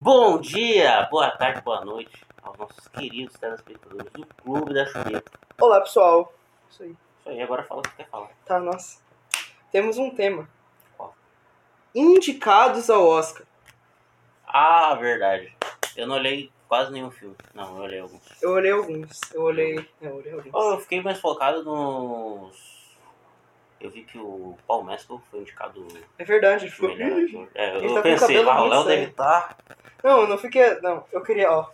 Bom dia, boa tarde, boa noite aos nossos queridos telespectadores do Clube da Chuleta. Olá, pessoal. Isso aí. Isso aí, agora fala o que quer falar. Tá, nossa. Temos um tema. Qual? Indicados ao Oscar. Ah, verdade. Eu não olhei quase nenhum filme. Não, eu olhei alguns. Eu olhei alguns. Eu olhei. Eu olhei alguns. Oh, eu fiquei mais focado nos. Eu vi que o Paul Mescal foi indicado É verdade, ele ficou. melhor ator. É, Ele eu tá com o pensei, cabelo ah, o liso, Léo né? deve estar. Não, eu não fiquei. Não, eu queria, ó.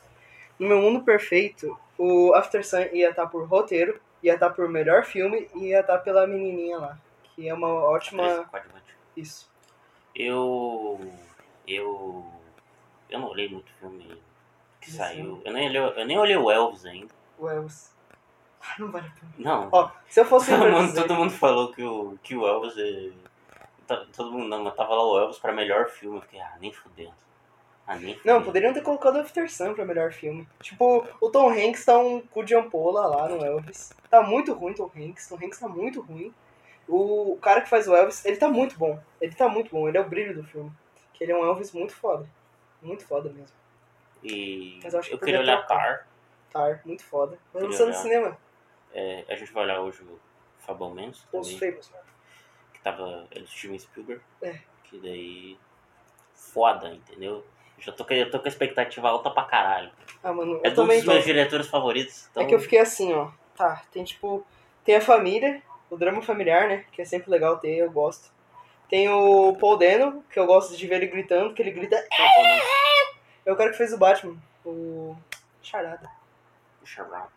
No meu mundo perfeito, o After Sun ia estar por roteiro, ia estar por melhor filme e ia estar pela menininha lá. Que é uma ótima. Isso. Eu. Eu. Eu não olhei muito filme que Sim. saiu. Eu nem, olhei, eu nem olhei o Elvis ainda. Wells. Ah, não vale a pena. Não. Ó, se eu fosse. Todo mundo, dizer- todo mundo falou que o, que o Elvis. é- tá- Todo mundo não, mas tava lá o Elvis pra melhor filme. Eu fiquei, ah, nem fudendo. Ah, nem fudendo. Não, poderiam ter colocado o After Sun pra melhor filme. Tipo, o Tom Hanks tá um cu de ampola lá no Elvis. Tá muito ruim Tom Hanks. Tom Hanks tá muito ruim. O cara que faz o Elvis, ele tá muito bom. Ele tá muito bom. Ele é o brilho do filme. Que ele é um Elvis muito foda. Muito foda mesmo. E Mas eu acho que queria podia olhar Tar. Tar, muito foda. Vai Queria lançando no olhar. cinema. É, a gente vai olhar hoje o Fabão Mendes, Os também, Fables. que tava. É do Steven Spielberg. É. Que daí. Foda, entendeu? Já tô, com- eu tô com a expectativa alta pra caralho. Ah, mano, é eu um também dos tô. meus diretores favoritos. Então... É que eu fiquei assim, ó. Tá, tem tipo. Tem a família, o drama familiar, né? Que é sempre legal ter, eu gosto. Tem o Paul Dano, que eu gosto de ver ele gritando, que ele grita É o cara que fez o Batman. O. Charada. Charada.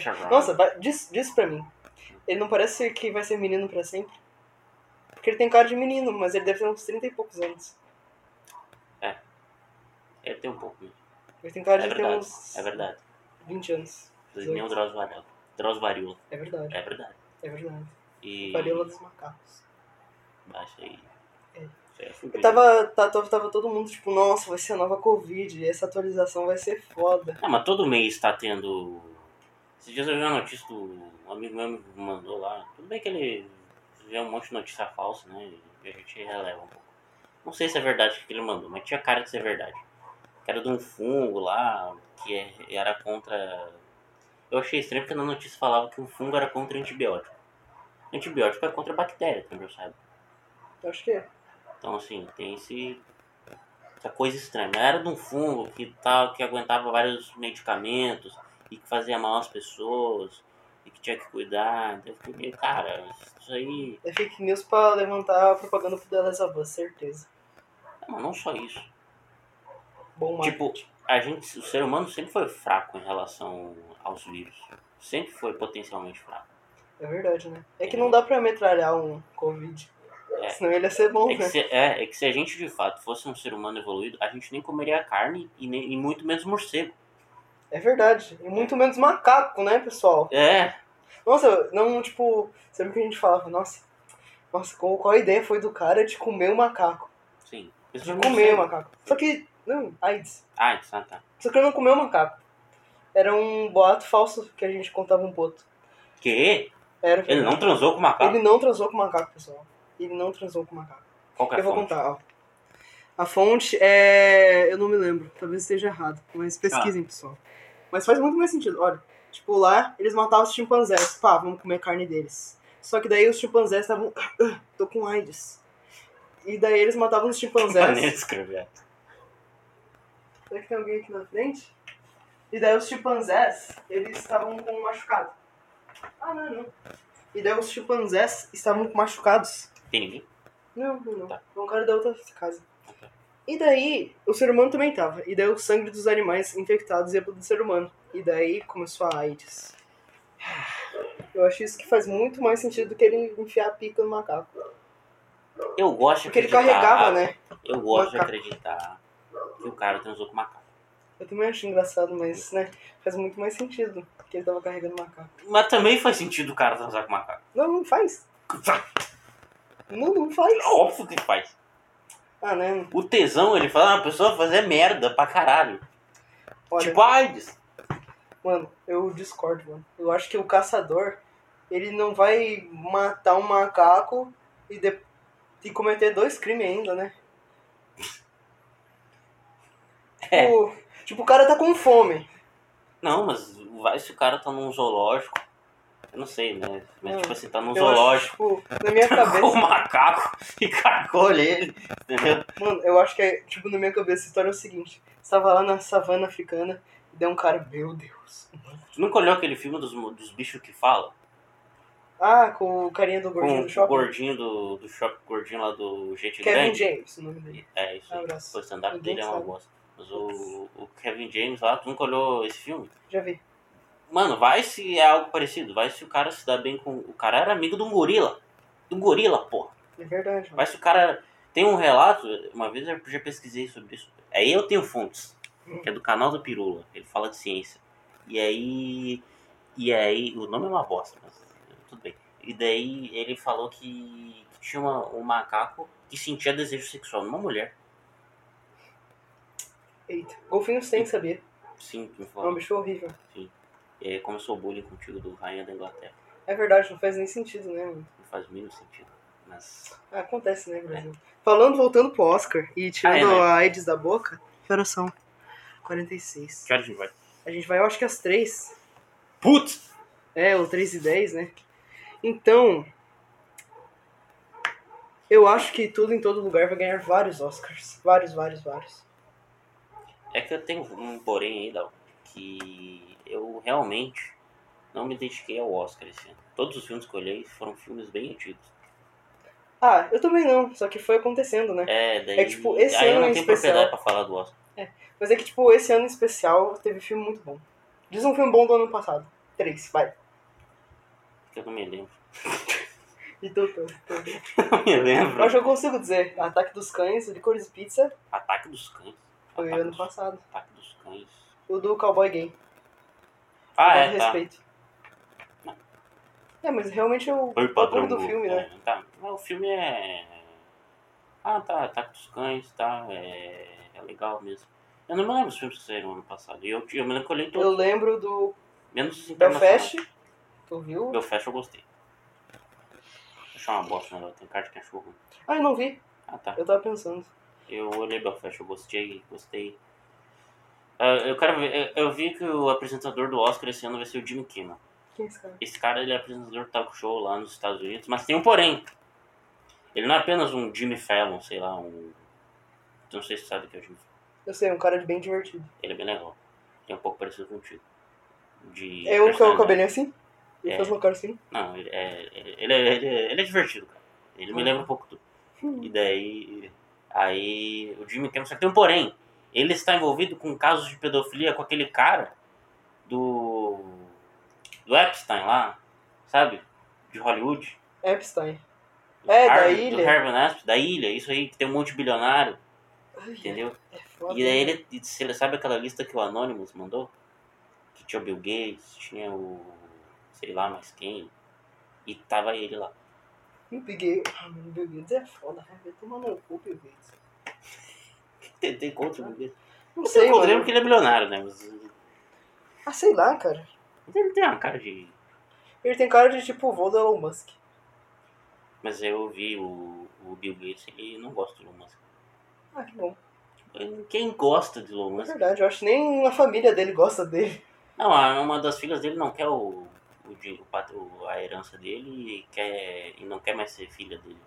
Charada. Nossa, ba- diz, diz pra mim. Ele não parece que vai ser menino pra sempre? Porque ele tem cara de menino, mas ele deve ter uns 30 e poucos anos. É, tem um pouco. né? Ele tem cara É de ter verdade, uns é verdade. 20 anos. Fez nem o Drauzio Varela. Drauzio Variola. É verdade, É verdade. é verdade. E... Variola dos macacos. Baixa aí. É. Isso aí é fudido. Eu tava, tá- tava, tava todo mundo tipo, nossa, vai ser a nova Covid, essa atualização vai ser foda. Ah, mas todo mês tá tendo. Esses dias eu vi uma notícia do. Um amigo meu me mandou lá. Tudo bem que ele vê um monte de notícia falsa, né? E a gente releva um pouco. Não sei se é verdade o que ele mandou, mas tinha cara de ser verdade. Que era de um fungo lá, que é- era contra. Eu achei estranho porque na notícia falava que o fungo era contra antibiótico. Antibiótico é contra bactéria, como eu saiba. Eu acho que é. Então, assim, tem esse, essa coisa estranha. Mas era de um fungo que, tal, que aguentava vários medicamentos e que fazia mal às pessoas e que tinha que cuidar. Então, eu fiquei meio, cara, isso aí. É fake news pra levantar a propaganda pro The Last of Us, certeza. Não, mas não só isso. Bom marketing. Tipo, a gente, o ser humano sempre foi fraco em relação aos vírus. Sempre foi potencialmente fraco. É verdade, né? É que não dá pra metralhar um Covid. É. Senão ele ia ser bom, É que, né? se, é, é que se a gente de fato fosse um ser humano evoluído, a gente nem comeria carne e, nem, e muito menos morcego. É verdade. E muito menos macaco, né, pessoal? É, Nossa, não, tipo, sempre que a gente falava, nossa, nossa, qual, qual a ideia foi do cara de comer o macaco? sim. De comer o macaco. Só que, não, AIDS. Ah, isso, ah, tá. Só que eu não comeu o macaco. Era um boato falso que a gente contava um boto. Que? Era Ele não transou com o macaco? Ele não transou com o macaco, pessoal. Ele não transou com o macaco. Qual que é a eu vou fonte? contar, um ó. A fonte é. Eu não me lembro, talvez esteja errado, mas Ah. pesquisem, pessoal. Mas faz muito mais sentido, olha. Tipo, lá eles matavam os chimpanzés. Pá, vamos comer a carne deles. Só que daí os chimpanzés estavam. "Ah, Tô com AIDS. E daí eles matavam os Maneiro chimpanzés. de escrever. Será que tem alguém aqui na frente? E daí os chimpanzés, eles estavam com um machucado. Ah, não, não. E daí os chimpanzés estavam com machucados. Tem ninguém? Não, não, não. Tá. É um cara da outra casa. E daí, o ser humano também tava. E daí o sangue dos animais infectados ia pro do ser humano. E daí começou a AIDS. Eu acho isso que faz muito mais sentido do que ele enfiar a pica no macaco. Eu gosto de Porque ele acreditar. carregava, né? Eu gosto de Macaco. acreditar que o cara transou com o macaco. Eu também acho engraçado, mas, né? Faz muito mais sentido que ele tava carregando o macaco. Mas também faz sentido o cara transar com o macaco. Não, não faz. Não, não faz. Óbvio que faz. Ah, né? O tesão, ele fala, ah, a pessoa vai fazer merda pra caralho. Olha, Tipo AIDS. Mano, eu discordo, mano. Eu acho que o caçador, ele não vai matar um macaco e de- E cometer dois crimes ainda, né? É. Tipo, tipo, o cara tá com fome. Não, mas vai se o cara tá num zoológico. Eu não sei, né? Mas Não, tipo assim, tá num Ah, Eu acho, zoológico tipo, na minha com um cabeça. macaco e cagou nele. Entendeu? mano, eu acho que é, tipo, na minha cabeça a história é o seguinte. Você tava lá na savana africana e deu um cara, meu Deus. Tu nunca olhou aquele filme dos, mo- dos bichos que falam? Ah, com o carinha do Com gordinho do o shopping. gordinho do, do shopping, gordinho lá do Gente Kevin Grande. James, o nome dele. É isso. aí. Abraço. O stand-up Ninguém dele é uma sabe. bosta. Mas o, o Kevin James lá, tu nunca olhou esse filme? Já vi. Mano, vai se é algo parecido. Vai se o cara se dá bem com. O cara era amigo de um gorila. De um gorila, porra. É verdade. mano. Vai se o cara. Tem um relato, uma vez eu já pesquisei sobre isso. Aí eu tenho fontes, que é do canal do Pirula. Ele fala de ciência. E aí. E aí. O nome é uma bosta, mas tudo bem. E daí ele falou que, que tinha uma- um macaco que sentia desejo sexual numa mulher. Eita. Golfinhos tem, sabia? Sim, que me É falou. um bicho horrível. E aí começou o bullying contigo do Rainha da Inglaterra. É verdade, não faz nem sentido, né, mano? Não faz o mínimo sentido. Mas. Ah, Acontece, né, Brasil? Falando, voltando pro Oscar e tirando Ah, é, né? a AIDS da boca, que horas são? 46. Que hora a gente vai? A gente vai, eu acho que às 3. Putz! É, ou 3 e 10, né? Então. Eu acho que tudo em todo lugar vai ganhar vários Oscars. Vários, vários, vários. É que eu tenho um porém aí, Dal, que eu realmente não me dediquei ao Oscar esse ano. Todos os filmes que eu olhei foram filmes bem antigos. Ah, eu também não, só que foi acontecendo, né? É, daí. É que, tipo, esse aí eu ano não em tenho especial- propriedade pra falar do Oscar. Mas é que, tipo, esse ano em especial teve filme muito bom. Diz um filme bom do ano passado. Três, vai. Porque eu não me lembro. E tu, tu, tu. não me Eu acho lembro. que eu consigo dizer. Ataque dos Cães, o Licorice Pizza, Ataque dos cães. foi Ataque ano dos, passado. Ataque dos cães. O do Cowboy Game. Ah, Todo é, tá. respeito. É, mas realmente eu tá. Foi o padrão do filme, né? É, tá. Não, o filme é. Ah, tá, Ataque dos Cães, tá. É, é legal mesmo. Eu não me lembro dos filmes que saíram ano passado. E Eu, eu me lembro que eu olhei Eu todos, lembro do menos os internacionais. Belfast. Tu viu? Belfast eu gostei. Achei uma bosta, né? Tem cara de cachorro. Ah, eu não vi. Ah, tá. Eu tava pensando. Eu olhei Belfast, eu gostei, gostei. Ah, eu quero ver, eu, eu vi que o apresentador do Oscar esse ano vai ser o Jimmy Kimmel. Quem é esse cara? Esse cara ele é apresentador de talk show lá nos Estados Unidos, mas tem um porém. Ele não é apenas um Jimmy Fallon, sei lá, um. Não sei se sabe o que é o Jimmy Fallon. Eu sei, um cara de bem divertido. Ele é bem legal. Ele é um pouco parecido contigo. De É o que é o personalidade. cabelinho assim? Ele É. faz uma cara assim? Não, ele é, ele, é, ele, é, ele é divertido, cara. Ele Uhum. me lembra um pouco do. E daí. Aí o Jimmy Kimmel. Só que tem um porém. Ele está envolvido com casos de pedofilia com aquele cara do. do Epstein lá, sabe? De Hollywood. Epstein. É, da Harvey- Do ilha. Harvey Nasp, da ilha, isso aí, que tem um monte de bilionário, Ai, entendeu? é foda. E daí ele, e se ele sabe aquela lista que o Anonymous mandou? Que tinha o Bill Gates, tinha o. sei lá mais quem. E tava ele lá. O Bill Gates, ah, mano, o Bill Gates é foda, né? Vai tomar no cu, Bill Gates. Tentei contra o Bill Gates. Não Eu sei, encontrei mano. porque ele é bilionário, né? Mas Ah, sei lá, cara. ele tem uma cara de. Ele tem cara de tipo o vô do Elon Musk. Mas eu vi o, o Bill Gates, ele não gosta de Elon Musk. Ah, que bom. Ele- Quem gosta de Elon É Musk? verdade, eu acho que nem a família dele gosta dele. Não, a- uma das filhas dele não quer o, o, di- o, pat- o- a herança dele e, quer, e não quer mais ser filha dele.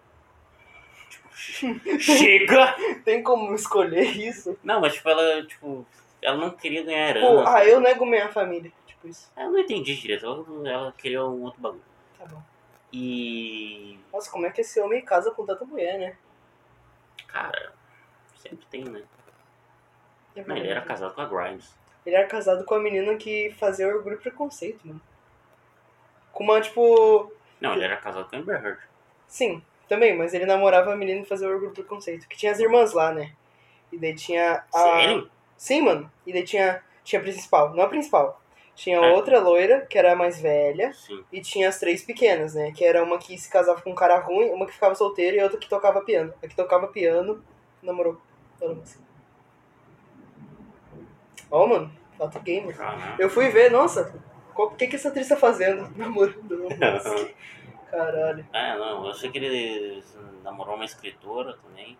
Tipo, che- chega! Tem como escolher isso? Não, mas tipo, ela, tipo, ela não queria ganhar Pô, herança. ah, eu nego minha família. Tipo isso. Eu não entendi direito, ela, ela queria um outro bagulho. Tá bom. E. Nossa, como é que esse homem casa com tanta mulher, né? Cara, sempre tem, né? É Não, ele era casado com a Grimes. Ele era casado com a menina que fazia orgulho e preconceito, mano. Com uma, tipo. Não, ele era casado com a Amber Heard. Sim, também, mas ele namorava a menina que fazia orgulho e preconceito. Que tinha as irmãs lá, né? E daí tinha a. Sério? Sim, mano. E daí tinha, tinha a principal. Não a principal. Tinha É. outra loira, que era a mais velha. Sim. E tinha as três pequenas, né? Que era uma que se casava com um cara ruim, uma que ficava solteira e outra que tocava piano. A que tocava piano namorou. Olha a música. Ó, mano. Fato gamer. Caralho. Eu fui ver, nossa. qual- O que, que essa atriz tá fazendo? Namorando. Elon Musk. Caralho. É, não, eu sei que ele namorou uma escritora também.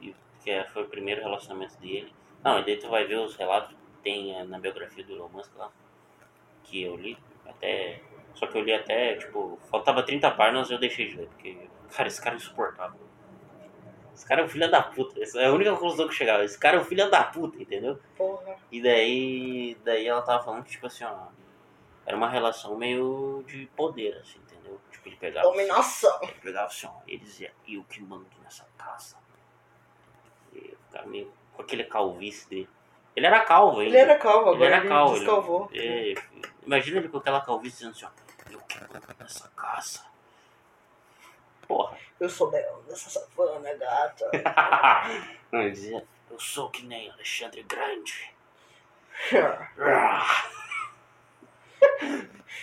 E que é- foi o primeiro relacionamento dele. Não, e daí tu vai ver os relatos que tem eh, na biografia do Elon Musk lá. Que eu li. Até. Só que eu li até, tipo, faltava 30 páginas e eu deixei de ler, porque, cara, esse cara é insuportável. Esse cara é um filho da puta. Essa é a única conclusão que eu chegava. Esse cara é um filho da puta, entendeu? Porra. E daí, daí ela tava falando que, tipo assim, ó, era uma relação meio de poder, assim, entendeu? Tipo, ele pegava, Dominação. ele pegava assim, ó, ele dizia, eu que mando nessa casa. E eu ficava meio com aquele calvície dele. Ele era calvo, hein? Ele era calvo, Ele agora era ele, calvo, ele- descalvou. É, imagina ele com aquela calvície dizendo assim, ó, eu que mando nessa casa. Porra. Eu sou leão dessa savana, gata. Não, ele dizia, eu sou que nem Alexandre Grande.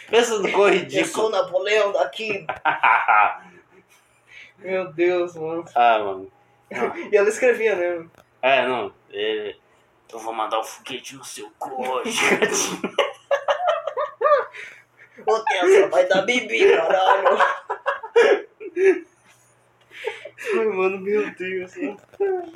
Pensa no cor eu sou ridículo. Napoleão daqui. Meu Deus, mano. Ah, mano. E ela escrevia, né? É, não. É, eu vou mandar um foguete no seu cu hoje. Ô, Tessa, vai dar bibi, caralho. Ai, mano, meu Deus. mano.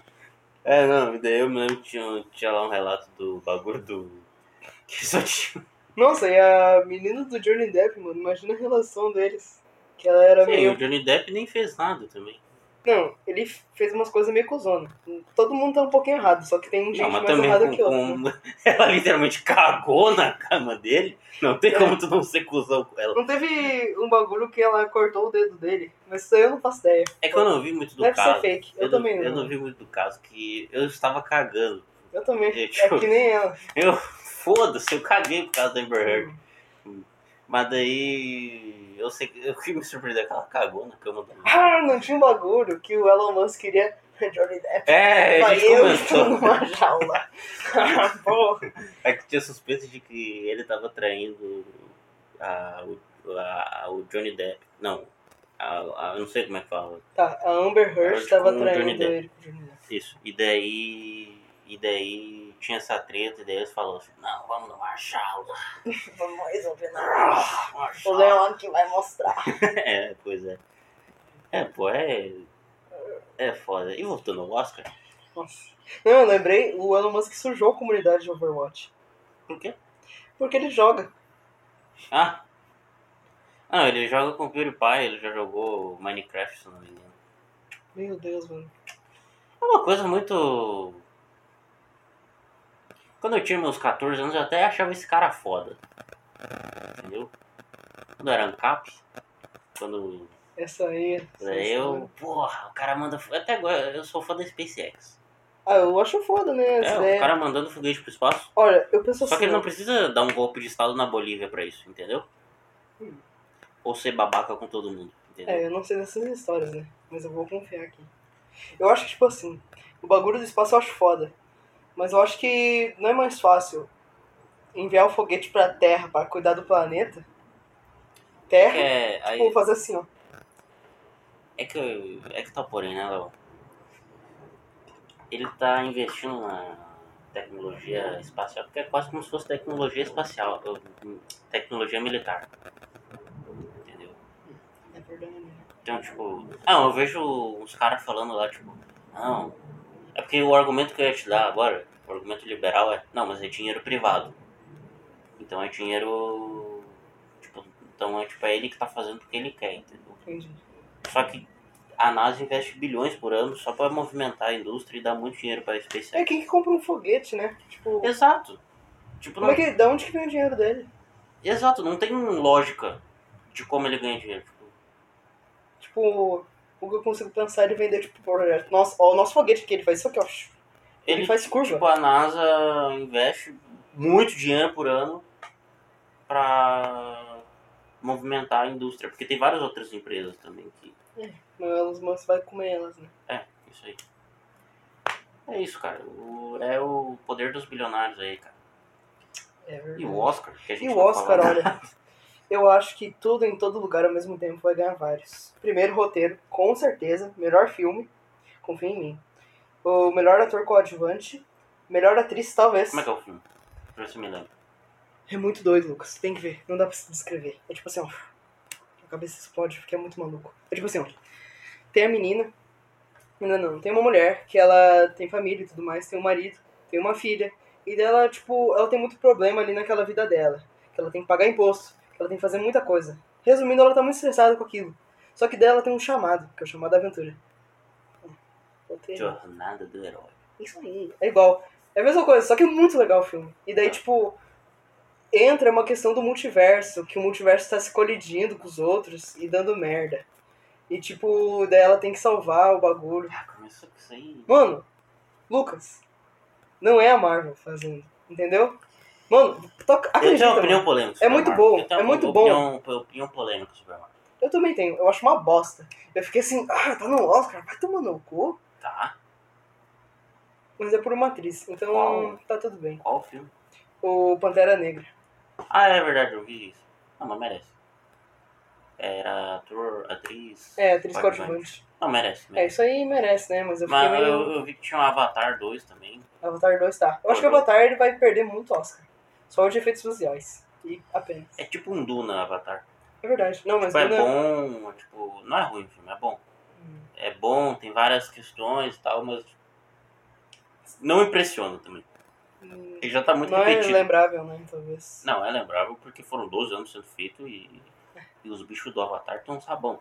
é, não. e Daí eu me lembro que tinha, um- tinha lá um relato do bagulho do... Que só tinha... Nossa, e a menina do Johnny Depp, mano, imagina a relação deles. Que ela era Sim, meio. o Johnny Depp nem fez nada também. Não, ele fez umas coisas meio cuzona. Todo mundo tá um pouquinho errado, só que tem gente não, mas mais errada também que com, outra. né? com... Ela literalmente cagou na cama dele. Não tem como tu não ser cuzão com ela. Não teve um bagulho que ela cortou o dedo dele, mas isso aí eu não faço ideia. É que eu não vi muito do Deve ser caso. fake. Eu, não- também não. Eu não vi muito do caso, que eu estava cagando. Eu também. É, É tipo- que nem ela. Eu, foda-se, eu caguei por causa da Amber Heard. Mas daí. Eu sei que eu fiquei me surpreendendo que ela cagou na cama do Ah, não tinha um bagulho que o Elon Musk queria Johnny Depp. É, a Vai gente eu estou comentou. numa jaula. Ah, Porra. É que tinha suspeita de que ele tava traindo a, o, a- o Johnny Depp. Não. a- a- eu não sei como é que fala Tá, a Amber Heard Heard estava com o Johnny traindo Depp. ele com o Johnny Depp. isso. E daí. E daí tinha essa treta, e daí eles falaram assim, não, vamos numa jaula. Vamos resolver Uma O jaula. Leon que vai mostrar. É, pois é. É, pô, é. É foda. E voltando ao Oscar, Nossa. Não, eu lembrei, o Elon Musk sujou a comunidade de Overwatch. por quê? Porque ele joga. Ah! Não, ele joga com o PewDiePie, ele já jogou Minecraft, se não me engano. Meu Deus, mano. É uma coisa muito. Quando eu tinha meus 14 anos, eu até achava esse cara foda. Entendeu? Quando eu era ANCAP, quando. Essa aí. é essa Daí É, eu. história. Porra, o cara manda. Até agora, eu sou fã da SpaceX. Ah, eu acho foda, né? Essa É, o ideia. cara mandando foguete pro espaço. Olha, eu penso Só assim. que ele ó. não precisa dar um golpe de estado na Bolívia pra isso, entendeu? Hum. Ou ser babaca com todo mundo, entendeu? É, eu não sei dessas histórias, né? Mas eu vou confiar aqui. Eu acho que, tipo assim, o bagulho do espaço eu acho foda. Mas eu acho que não é mais fácil enviar o foguete pra Terra pra cuidar do planeta. Terra, É, aí- tipo, fazer assim, ó. É que, é que tá porém, né, Léo? Ele tá investindo na tecnologia espacial, porque é quase como se fosse tecnologia espacial, ou, hum, tecnologia militar. Entendeu? É verdade, né? Então, tipo. Não, eu vejo uns caras falando lá, tipo, não. É porque o argumento que eu ia te dar agora, o argumento liberal é, não, mas é dinheiro privado. Então é dinheiro. Tipo, então é tipo, é ele que tá fazendo porque ele quer, entendeu? Entendi. Só que a NASA investe bilhões por ano só pra movimentar a indústria e dar muito dinheiro pra SpaceX. É quem que compra um foguete, né? Tipo, Exato. Tipo, como não, é que, da onde que vem o dinheiro dele? Exato, não tem lógica de como ele ganha dinheiro. Tipo, Tipo, o que eu consigo pensar é ele vender, tipo, por nossa, ó, o nosso foguete aqui, ele faz isso aqui, ó. Ele, ele, faz curva. tipo, a NASA investe muito dinheiro por ano pra movimentar a indústria. Porque tem várias outras empresas também que. Mas o Elon Musk vai comer elas, né? É, isso aí. É isso, cara. O- é o poder dos bilionários aí, cara. É verdade. E o Oscar, que a gente E o não Oscar, falou. olha, eu acho que tudo em todo lugar ao mesmo tempo vai ganhar vários. Primeiro roteiro, com certeza. Melhor filme, confia em mim. O melhor ator coadjuvante. Melhor atriz, talvez. Como é que é o filme? Pra ver se eu me lembro. É muito doido, Lucas. Tem que ver. Não dá pra se descrever. É tipo assim, ó. cabeça explode porque é muito maluco. É tipo assim, ó. Tem a menina. Menina não, tem uma mulher que ela tem família e tudo mais, tem um marido, tem uma filha. E dela, tipo, ela tem muito problema ali naquela vida dela. Que ela tem que pagar imposto, que ela tem que fazer muita coisa. Resumindo, ela tá muito estressada com aquilo. Só que dela tem um chamado, que é o chamado da aventura. Botei. Jornada do Herói. Isso aí. É igual. É a mesma coisa, só que é muito legal o filme. E daí, tipo, entra uma questão do multiverso, que o multiverso tá se colidindo com os outros e dando merda. E, tipo, daí ela tem que salvar o bagulho. Ah, começou com isso aí. Mano, Lucas, não é a Marvel fazendo, entendeu? Mano, toca, Eu acredita, tenho uma mano. opinião polêmica. É sobre a muito Marvel. bom, Eu tenho é uma muito opinião, Opinião polêmica sobre a Marvel. Eu também tenho, eu acho uma bosta. Eu fiquei assim, ah, tá no Oscar, vai tomar no cu. Tá. Mas é por uma atriz, então Qual? tá tudo bem. Qual o filme? O Pantera Negra. Ah, é verdade, eu vi isso. Não, mas merece. Era ator, atriz. É, atriz Coadjuvante. coadjuvante. Não, merece. É, merece. isso aí merece, né? Mas eu fiquei mas meio... eu, eu vi que tinha um Avatar 2 também. Avatar 2 tá. Eu acho que o Avatar ele vai perder muito Oscar. Só de efeitos visuais. E apenas. É tipo um Duna Avatar. É verdade. Não, mas Tipo, é Duna- bom, tipo, não é ruim o filme, é bom. Hum. É bom, tem várias questões e tal, mas não impressiona também. Hum, Ele já tá muito não repetido. é lembrável, né? Talvez. Não, é lembrável porque foram 12 anos sendo feito e, e os bichos do Avatar estão sabão.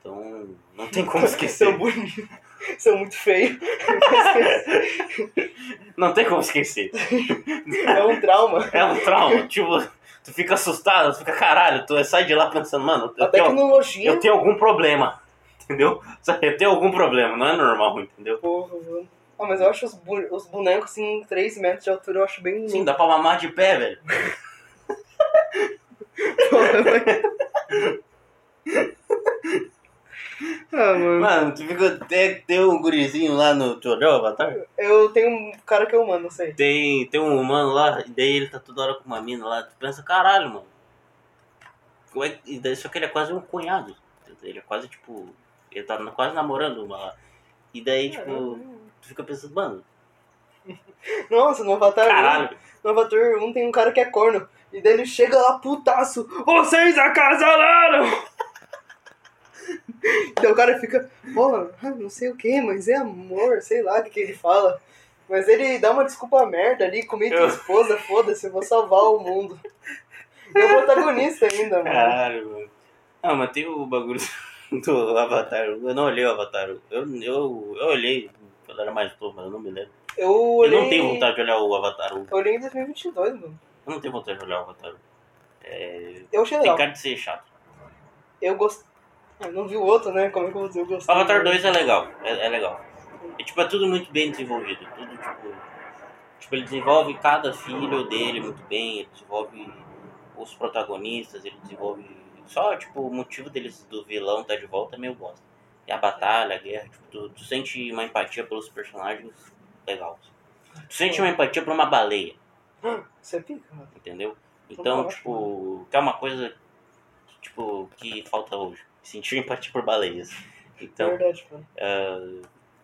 Então não tem como São esquecer. bonitos. São muito feios. Mas Não tem como esquecer. é um trauma. É um trauma. Tipo, tu fica assustado, tu fica caralho, tu sai de lá pensando, mano, eu A tenho, tecnologia. eu tenho algum problema. Entendeu? Sabe, Eu tenho algum problema, não é normal, entendeu? Porra, mano. Ah, mas eu acho os, bu- os bonecos assim, 3 metros de altura, eu acho bem Sim, dá pra mamar de pé, velho. ah, mano. Mano, tu fica. Tem, tem um gurizinho lá no. Tu olhou o Avatar? Eu tenho um cara que é humano, não sei. Tem, tem um humano lá, e daí ele tá toda hora com uma mina lá, tu pensa, caralho, mano. Como é que- e daí, só que ele é quase um cunhado. Ele é quase tipo. Ele tá na- quase namorando uma lá. E daí, tipo, tu fica pensando, mano, Nossa, no Avatar um, caralho. No Avatar 1 tem um cara que é corno. E daí ele chega lá putaço. Vocês acasalaram! Então o cara fica, porra, ah, não sei o que, mas é amor, sei lá o que, que ele fala. Mas ele dá uma desculpa merda ali, comi tua Eu- esposa, foda-se, eu vou salvar o mundo. E o protagonista ainda, mano. Caralho, mano. Ah, mas tem o bagulho do Avatar. Eu não olhei o Avatar. Eu, eu, eu olhei quando era mais novo, mas eu não me lembro. Eu olhei. Eu não tenho vontade de olhar o Avatar. Eu Eu olhei em 2022, mano. não tenho vontade de olhar o Avatar. É, Eu achei tem legal. cara de ser chato. Eu gostei. Eu não vi o outro, né? Como é que eu vou dizer? Eu gostei. Avatar 2 é legal, é, é legal. E, tipo, é tudo muito bem desenvolvido. Tudo, tipo, tipo, ele desenvolve cada filho dele muito bem, ele desenvolve os protagonistas, ele desenvolve. Só, tipo, o motivo deles do vilão tá de volta é meio bosta. E a batalha, a guerra, tipo, tu, tu sente uma empatia pelos personagens legal. Tu sente uma empatia por uma baleia Ah, Você é pica, mano. entendeu? Então, Concordo. tipo, que é uma coisa tipo, que falta hoje. Sentir empatia por baleias. É Então, verdade, mano. É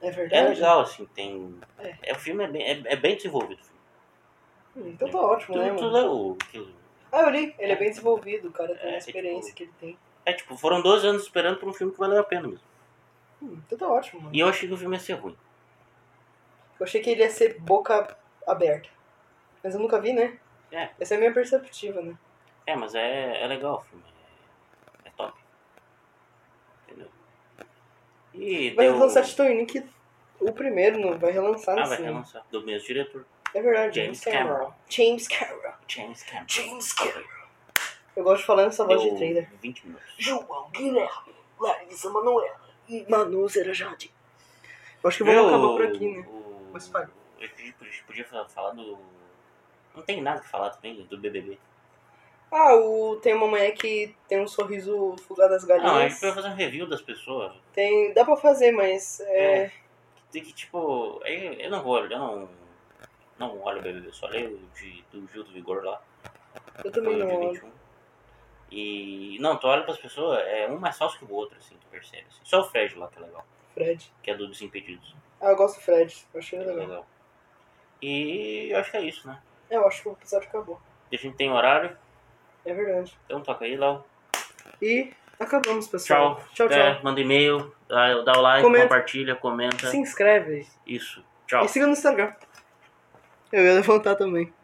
é verdade. legal, assim, tem. É. É, o filme é bem, é, é bem desenvolvido. o filme. Hum, Então tá ótimo, né, Tu, tu mano? leu o que. Ah, eu li. Ele é bem desenvolvido, o cara tem É, a é experiência que ele tem. É, tipo, foram 12 anos esperando por um filme que valeu a pena mesmo. Hum, então tá ótimo, mano. E eu achei que o filme ia ser ruim. Eu achei que ele ia ser boca aberta. Mas eu nunca vi, né? É. Essa é a minha perceptiva, né? É, mas é, é legal o filme. É, é top. Entendeu? E Vai deu... relançar Titoini, que o primeiro não vai relançar no Ah, vai cinema. relançar. Do mesmo diretor, É verdade, James James Cameron. Cameron. James Cameron. James Cameron. James Cameron. Eu gosto de falar nessa voz de trailer. Deu 20 minutos. João Guilherme, Larissa Manoela e Manu Zerajade. Eu acho que Viu vamos acabar por o- aqui, né? o- Mas fala. Eu podia, podia- podia fa- falar do. Não tem nada que falar também do BBB. Ah, o... tem uma mulher que tem um sorriso fugado das Não, a gente galinhas. vai fazer um review das pessoas. Tem, dá pra fazer, mas é, Tem que, tipo. Eu, eu não vou olhar, eu não. Não olho o BBB, só leio o de, do Gil do Vigor lá. do eu também não olho. 21. E. Não, tu olha pras pessoas, é um mais falso que o outro, assim, tu percebe. assim. Só o Fred lá que é legal, Fred. que é do Desimpedidos. Ah, eu gosto do Fred. Eu achei que É legal. legal. E eu acho que é isso, né? Eu acho que o episódio acabou. A gente tem horário, É verdade. então toca aí, Léo. E Acabamos, pessoal. Tchau. Tchau, É, tchau. manda e-mail, dá, dá o like, Comenta. compartilha, é. comenta. Se inscreve aí. Isso. Tchau. E siga no Instagram. Eu ia levantar também.